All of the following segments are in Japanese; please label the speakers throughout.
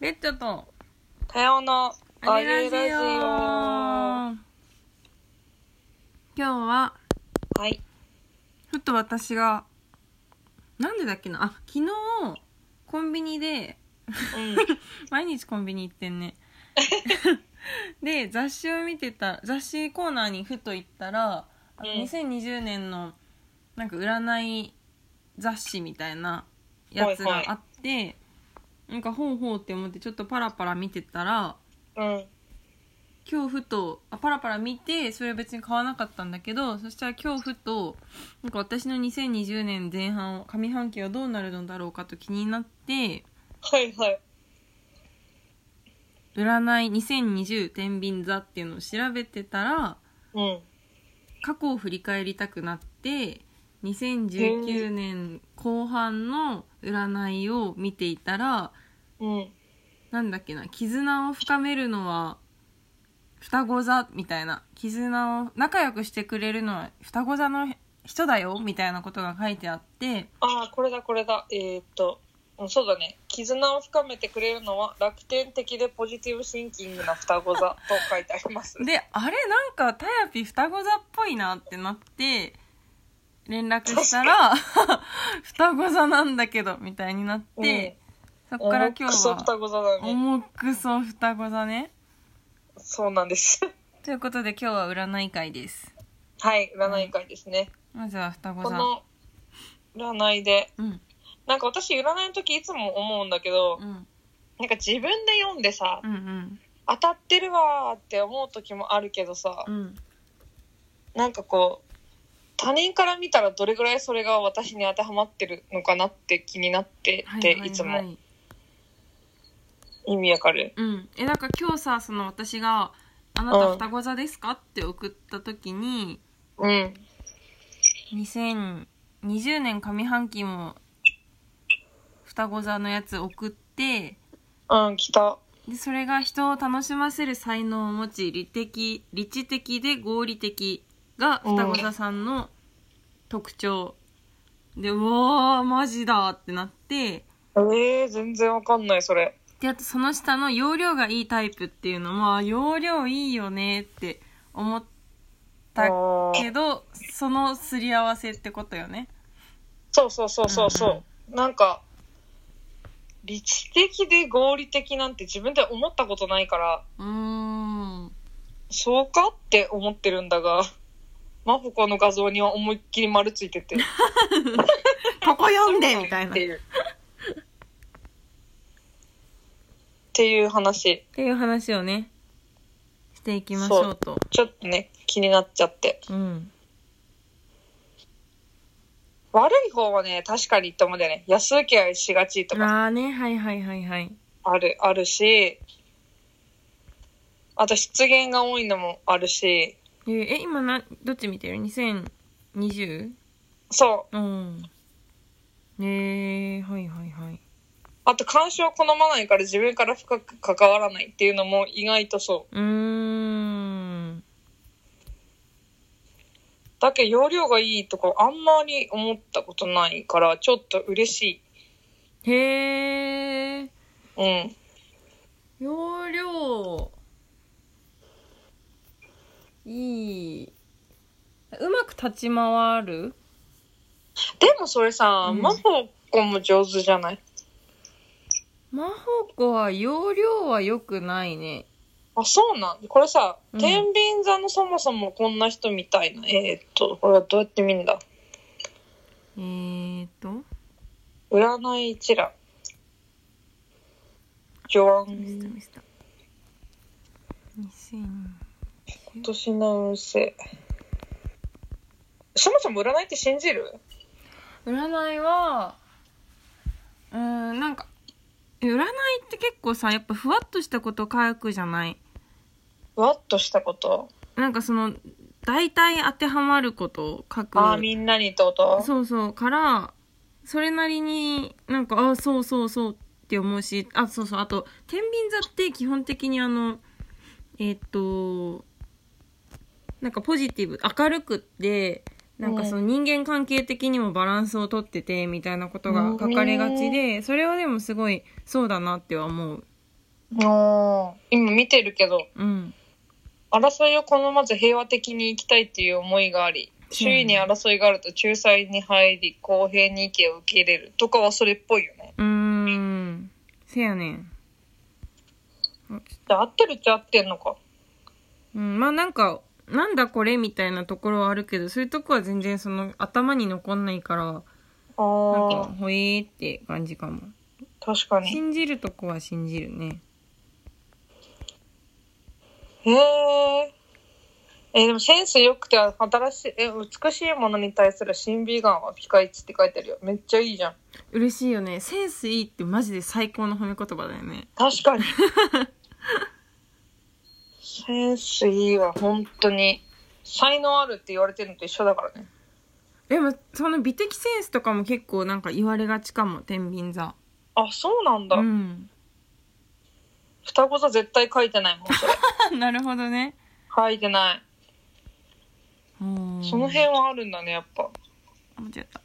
Speaker 1: ベッドと、
Speaker 2: 多様の
Speaker 1: あ
Speaker 2: あ
Speaker 1: りラ
Speaker 2: ゆラジ
Speaker 1: ジオ
Speaker 2: オ。
Speaker 1: 今
Speaker 2: は
Speaker 1: 日は、
Speaker 2: い。
Speaker 1: ふと私が、なんでだっけな、あ、昨日、コンビニで、
Speaker 2: うん。
Speaker 1: 毎日コンビニ行ってん ね。で、雑誌を見てた、雑誌コーナーにふと行ったら、あの
Speaker 2: うん
Speaker 1: 2020年の、なんか占い雑誌みたいなやつがあって、なんかほうほうって思ってちょっとパラパラ見てたら、
Speaker 2: うん。
Speaker 1: 今日ふとあパラパラ見てそれは別に買わなかったんだけどそしたら今日ふとなんか私の2020年前半上半期はどうなるのだろうかと気になって
Speaker 2: はいはい。
Speaker 1: 占い2020天秤座っていうのを調べてたら
Speaker 2: うん。
Speaker 1: 過去を振り返りたくなって2019年後半の占いを見ていたら
Speaker 2: うん。
Speaker 1: なんだっけな絆を深めるのは双子座みたいな絆を仲良くしてくれるのは双子座の人だよみたいなことが書いてあって
Speaker 2: ああ、これだこれだ。えー、っと、うんそうだね。絆を深めてくれるのは楽天的でポジティブシンキングな双子座と書いてあります。
Speaker 1: であれなんかタヤピ双子座っぽいなってなって連絡した ら双子座なんだけどみたいになって、そ
Speaker 2: うん、
Speaker 1: っから
Speaker 2: 重
Speaker 1: 今
Speaker 2: く
Speaker 1: 日
Speaker 2: そ
Speaker 1: は
Speaker 2: 双子座だね。
Speaker 1: 重くそ双子座ね
Speaker 2: そうなんです。
Speaker 1: ということで今日は占い会です
Speaker 2: はい、占い会ですね。
Speaker 1: まずは双子
Speaker 2: こ
Speaker 1: 座
Speaker 2: の占いで、
Speaker 1: うん
Speaker 2: なんか私占いの時いつも思うんだけど
Speaker 1: う、ん
Speaker 2: なんか自分で読んでさ、
Speaker 1: うんうん
Speaker 2: 当たってるわーって思う時もあるけどさ、
Speaker 1: うん
Speaker 2: なんかこう他人から見たらどれぐらいそれが私に当てはまってるのかなって気になって
Speaker 1: はい
Speaker 2: て、
Speaker 1: はいいはい
Speaker 2: つも意味わかる
Speaker 1: うん、えなんか今日さその私が「あなた双子座ですか?」って送った時に
Speaker 2: うん
Speaker 1: 2020年上半期も双子座のやつ送って
Speaker 2: うん来た
Speaker 1: でそれが人を楽しませる才能を持ち理的理知的で合理的が双子座さんの特徴でうわーマジだってなって
Speaker 2: えー、全然わかんないそれ
Speaker 1: であとその下の容量がいいタイプっていうのもあ容量いいよねって思った
Speaker 2: あー
Speaker 1: けどそのすり合わせってことよね
Speaker 2: そうそうそうそうそう、
Speaker 1: うん
Speaker 2: なんか理知的で合理的なんて自分で思ったことないから
Speaker 1: うーん
Speaker 2: そうかって思ってるんだが マポコの画像には思いっきり丸ついてて
Speaker 1: ここ読んでみたい
Speaker 2: っ
Speaker 1: なってて
Speaker 2: いう。っていう話。
Speaker 1: いう話をねしていきましょうと
Speaker 2: ちょっとね、気になっちゃって。
Speaker 1: うん
Speaker 2: 悪い方はね、確かにって思うんだよね。安請け合いしがちとか
Speaker 1: ああねはいはいはいはい
Speaker 2: ある、あるし、あと失言が多いのもあるし、
Speaker 1: えーえ今などっち見てる 2020?
Speaker 2: そう。
Speaker 1: うんえー、はいはいはい
Speaker 2: あと、干渉を好まないから自分から深く関わらないっていうのも意外とそう。
Speaker 1: うーん
Speaker 2: だけど、容量がいいとか、あんまり思ったことないから、ちょっと嬉し
Speaker 1: へえ
Speaker 2: い。うん。
Speaker 1: 容量いいうまく立ち回る
Speaker 2: でもそれさ、
Speaker 1: うん
Speaker 2: マホコも上手じゃない
Speaker 1: マホコは容量は良くないね
Speaker 2: あ、そうなんこれさ、
Speaker 1: うん
Speaker 2: 天秤座のそもそもこんな人みたいな。えーっと、これはどうやって見るんだ
Speaker 1: えーと
Speaker 2: 占い一覧。ジョアン、
Speaker 1: 見せた見せた
Speaker 2: 今年の運勢。そもそも占いって信じる
Speaker 1: 占いはうーんなんか占いって結構さやっぱふわっとしたこと書くじゃない
Speaker 2: ふわっとしたこと。
Speaker 1: なんかその大体当てはまることを書く
Speaker 2: ああ、みんなにってこと
Speaker 1: そうそうからそれなりになんかあそうそうそうって思うしあそうそうあと天秤座って基本的にあのえっとなんかポジティブ明るくってなんかその人間関係的にもバランスをとっててみたいなことが書かれがちでそれはでもすごいそうだなっては思う
Speaker 2: あー今見てるけど、
Speaker 1: うん
Speaker 2: 争いを好まず平和的に生きたいっていう思いがあり、周囲に争いがあると仲裁に入り、公平に意見を受け入れるとかはそれっぽいよね。
Speaker 1: うーんせやねん、
Speaker 2: じゃあ合ってるっちゃ合ってんのか。
Speaker 1: うん、まあなんかなんだこれみたいなところはあるけどそういうとこは全然その頭に残んないから
Speaker 2: あ
Speaker 1: なん
Speaker 2: ー
Speaker 1: かほえーって感じかも
Speaker 2: 確かに。
Speaker 1: 信じるとこは信じるね
Speaker 2: へえ。えーでもセンス良くて新しい、え、美しいものに対する審美眼はピカイチって書いてあるよ。めっちゃいいじゃん。
Speaker 1: 嬉しいよねセンスいいってマジで最高の褒め言葉だよね
Speaker 2: 確かに。 センスいいわ、本当に。才能あるって言われてるのと一緒だからね。
Speaker 1: でもその美的センスとかも結構なんか言われがちかも天秤座
Speaker 2: あ、そうなんだ。
Speaker 1: うん
Speaker 2: 双子座絶対書いてないもん、それ。
Speaker 1: あ なるほどね
Speaker 2: 書いてない。
Speaker 1: その
Speaker 2: その辺はあるんだね、やっぱ。
Speaker 1: あ間違った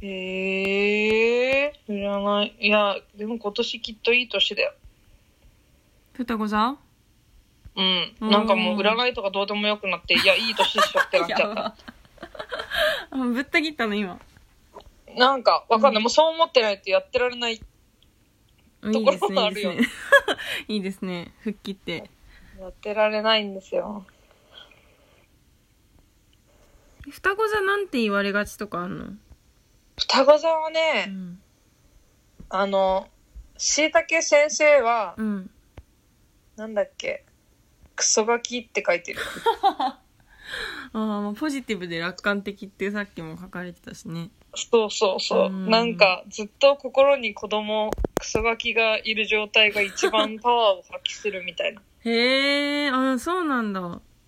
Speaker 2: へえー、知らない。いや、でも今年きっといい年だよ。
Speaker 1: 双子座
Speaker 2: うん。
Speaker 1: うん
Speaker 2: なんかもう占いとかどうでもよくな って、いや、いい年しちゃってなっちゃっ た。
Speaker 1: あぶった切ったの今
Speaker 2: なんか、わかんない。もうそう思ってないとやってられない。
Speaker 1: いいで
Speaker 2: と
Speaker 1: す
Speaker 2: ころ
Speaker 1: ね
Speaker 2: はい
Speaker 1: いです
Speaker 2: あるよ
Speaker 1: ね いいですね復帰って
Speaker 2: やってられないんですよ。
Speaker 1: 双子座なんて言われがちとかあんの、
Speaker 2: 双子座は
Speaker 1: う
Speaker 2: ね、
Speaker 1: ん、
Speaker 2: あの、しいたけ先生は、
Speaker 1: うん、
Speaker 2: なんだっけ、クソガキって書いてる。
Speaker 1: ああもうポジティブで楽観的ってさっきも書かれてたしね
Speaker 2: そうそうそうう。
Speaker 1: ん
Speaker 2: なんか、ずっと心に子供、クソガキがいる状態が一番パワーを発揮するみたいな。
Speaker 1: へえあそうなんだ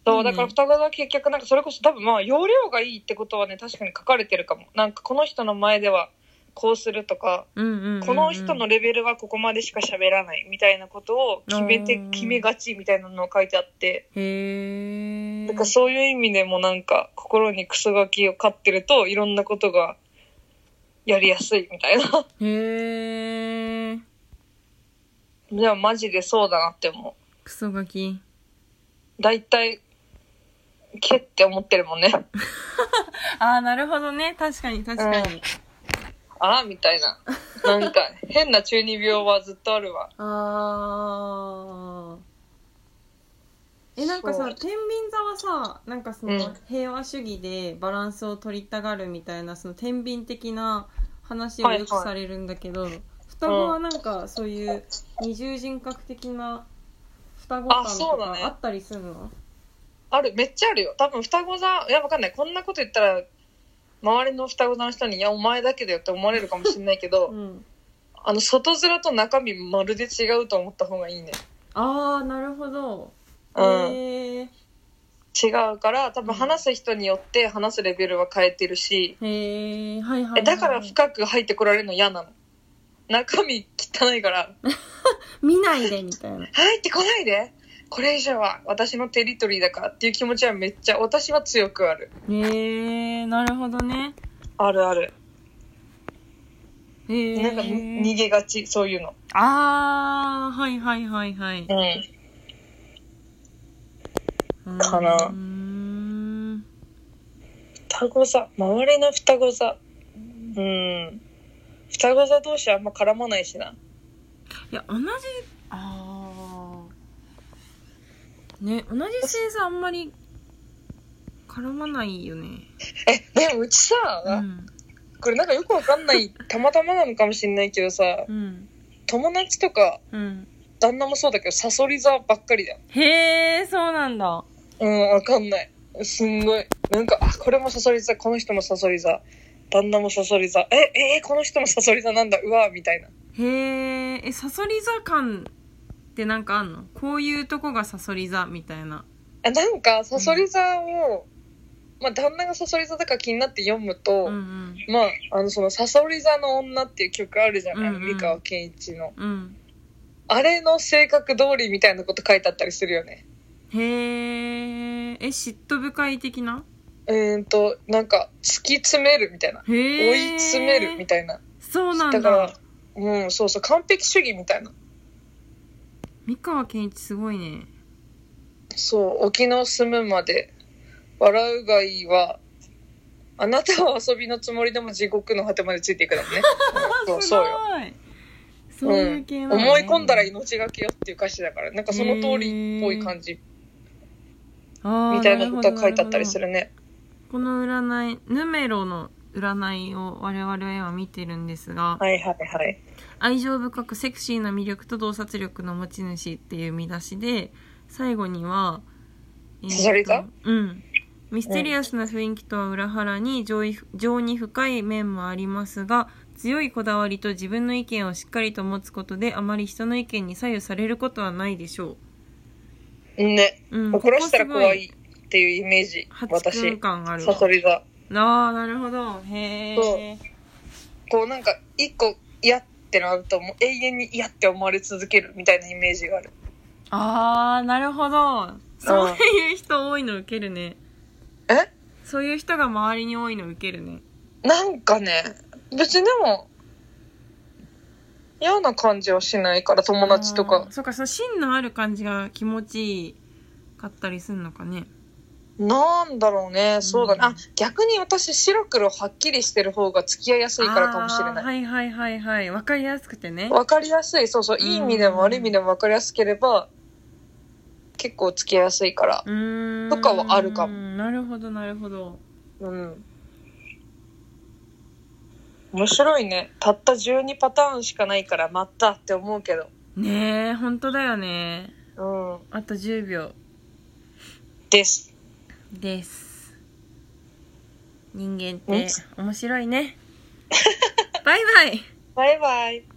Speaker 2: そ
Speaker 1: い
Speaker 2: う、
Speaker 1: いね
Speaker 2: だから双子座は結局なんかそれこそ多分まあ容量がいいってことはね、確かに書かれてるかも。なんかこの人の前ではこうするとか、
Speaker 1: うんうんうんうん
Speaker 2: この人のレベルはここまでしか喋らないみたいなことを決めて
Speaker 1: うん、
Speaker 2: 決めがちみたいなのが書いてあって、
Speaker 1: へえ
Speaker 2: なんかそういう意味でもなんか心にクソガキを飼ってるといろんなことがやりやすいみたいな。
Speaker 1: へえ
Speaker 2: じゃあマジでそうだなって思
Speaker 1: クソガキ
Speaker 2: う。だいたい、けって思ってるもんね。
Speaker 1: ああなるほどね確かに確かに、
Speaker 2: ああ、みたいな。なんか変な中二病はずっとあるわ。
Speaker 1: ああえなんかさ
Speaker 2: そう
Speaker 1: 天秤座はさなんかその、
Speaker 2: うん
Speaker 1: 平和主義でバランスを取りたがるみたいなその天秤的な話をよく
Speaker 2: はいはい
Speaker 1: されるんだけど、双子はなんかそういう二重人格的な双子感
Speaker 2: あ
Speaker 1: と
Speaker 2: そうだね
Speaker 1: かあったりするの
Speaker 2: ある、めっちゃあるよ。多分双子座、いやわかんない。こんなこと言ったら、周りの双子座の人に、いや、お前だけだよって思われるかもしれないけ
Speaker 1: う
Speaker 2: ど、
Speaker 1: ん、
Speaker 2: あの、外面と中身まるで違うと思った方がいいね。
Speaker 1: ああなるほど
Speaker 2: うん
Speaker 1: へえ
Speaker 2: 違うから多分話す人によって話すレベルは変えてるし、
Speaker 1: へえはいはい、は
Speaker 2: え
Speaker 1: い、
Speaker 2: だから深く入ってこられるの嫌なの中身汚いから「
Speaker 1: 見ないでみたいな
Speaker 2: 入ってこないでこれ以上は私のテリトリーだから」っていう気持ちはめっちゃ私は強くある
Speaker 1: へえなるほどね
Speaker 2: あるある
Speaker 1: へえ
Speaker 2: なんかに逃げがちそういうの
Speaker 1: あー、はいはいはいはい。
Speaker 2: うん
Speaker 1: か
Speaker 2: な
Speaker 1: うーん。
Speaker 2: 双子座周りの双子座うん双子座同士あんま絡まないしない
Speaker 1: や、同じ、あー。ね、同じ星座あんまり絡まないよね。
Speaker 2: えでもうちさ、
Speaker 1: うん。
Speaker 2: これなんかよくわかん ないたまたまなのかもしんないけどさ
Speaker 1: うん。
Speaker 2: 友達とか
Speaker 1: うん。
Speaker 2: 旦那もそうだけど、サソリ座ばっかりだよ。
Speaker 1: へー、そうなんだ。
Speaker 2: うん、わかんない。すんごい。なんか、あ、これもサソリ座、この人もサソリ座、旦那もサソリ座、え、えーこの人もサソリ座なんだ、うわみたいな。
Speaker 1: へー、え、サソリ座感ってなんかあんのこういうとこがサソリ座みたいな。
Speaker 2: あなんか、サソリ座を、まあ、旦那がサソリ座だから気になって読むと、
Speaker 1: うんうん。
Speaker 2: まあ、あの、その、サソリ座の女っていう曲あるじゃん、あ
Speaker 1: う
Speaker 2: の
Speaker 1: んうん
Speaker 2: 美川憲一の。
Speaker 1: うん。
Speaker 2: あれの性格通りみたいなこと書いてあったりするよね。
Speaker 1: へー、え、嫉妬深い的な
Speaker 2: うーんと、なんか、突き詰めるみたいな。
Speaker 1: へー。
Speaker 2: 追い詰めるみたいな。
Speaker 1: そうなんだ。
Speaker 2: だからうん、そうそう、完璧主義みたいな。
Speaker 1: 三河健一すごいね。
Speaker 2: そう、沖の住むまで、笑うがいいは、あなたは遊びのつもりでも地獄の果てまでついていくだもんね。そう
Speaker 1: すご
Speaker 2: そうよ。
Speaker 1: い。 そういう系なの、ね
Speaker 2: 思い込んだら命がけよっていう歌詞だから、なんかその通りっぽい感じみ
Speaker 1: み
Speaker 2: たいなことが書いてあったりす
Speaker 1: る
Speaker 2: るね。
Speaker 1: ほどなるほどこの占いヌメロの占いを我々は今見てるんですが、
Speaker 2: はいはいはい。
Speaker 1: 愛情深くセクシーな魅力と洞察力の持ち主っていう見出しで最後には「えーと
Speaker 2: 刺された
Speaker 1: うんミステリアスな雰囲気とは裏腹に情意情に深い面もありますが強いこだわりと自分の意見をしっかりと持つことであまり人の意見に左右されることはないでしょ
Speaker 2: ね。
Speaker 1: う」うん、
Speaker 2: 怒らせたら怖いっていうイメージ、
Speaker 1: 8分
Speaker 2: 私。
Speaker 1: 間ある
Speaker 2: サ
Speaker 1: わ
Speaker 2: ソリ座。
Speaker 1: ああなるほどへえ
Speaker 2: こうなんか、一個嫌ってなると、もう永遠に嫌って思われ続けるみたいなイメージがある。
Speaker 1: ああなるほどそういう人多いの受けるね
Speaker 2: え
Speaker 1: そういう人が周りに多いの受けるね
Speaker 2: なんかね、別にでも、嫌な感じはしないから、友達と
Speaker 1: あ
Speaker 2: か
Speaker 1: ー。そうかその芯のある感じが気持ちいいかったりするのかね
Speaker 2: なんだろうね、そうだね。
Speaker 1: うん
Speaker 2: あ、逆に私、白黒はっきりしてる方が付き合いやすいからかもしれ
Speaker 1: あー
Speaker 2: ない。
Speaker 1: はいはいはいはいわかりやすくてね
Speaker 2: わかりやすい、そうそう、いい意味で
Speaker 1: うん
Speaker 2: も悪い意味でもわかりやすければ、結構付き合いやすいから。
Speaker 1: うーん
Speaker 2: とかはあるかも
Speaker 1: なるほどなるほど
Speaker 2: うん。面白いね。たった12パターンしかないから、またって思うけど。
Speaker 1: ねえ本当だよね
Speaker 2: うん。
Speaker 1: あと10秒
Speaker 2: です。
Speaker 1: です人間って面白いねバイバイ
Speaker 2: バイバイ。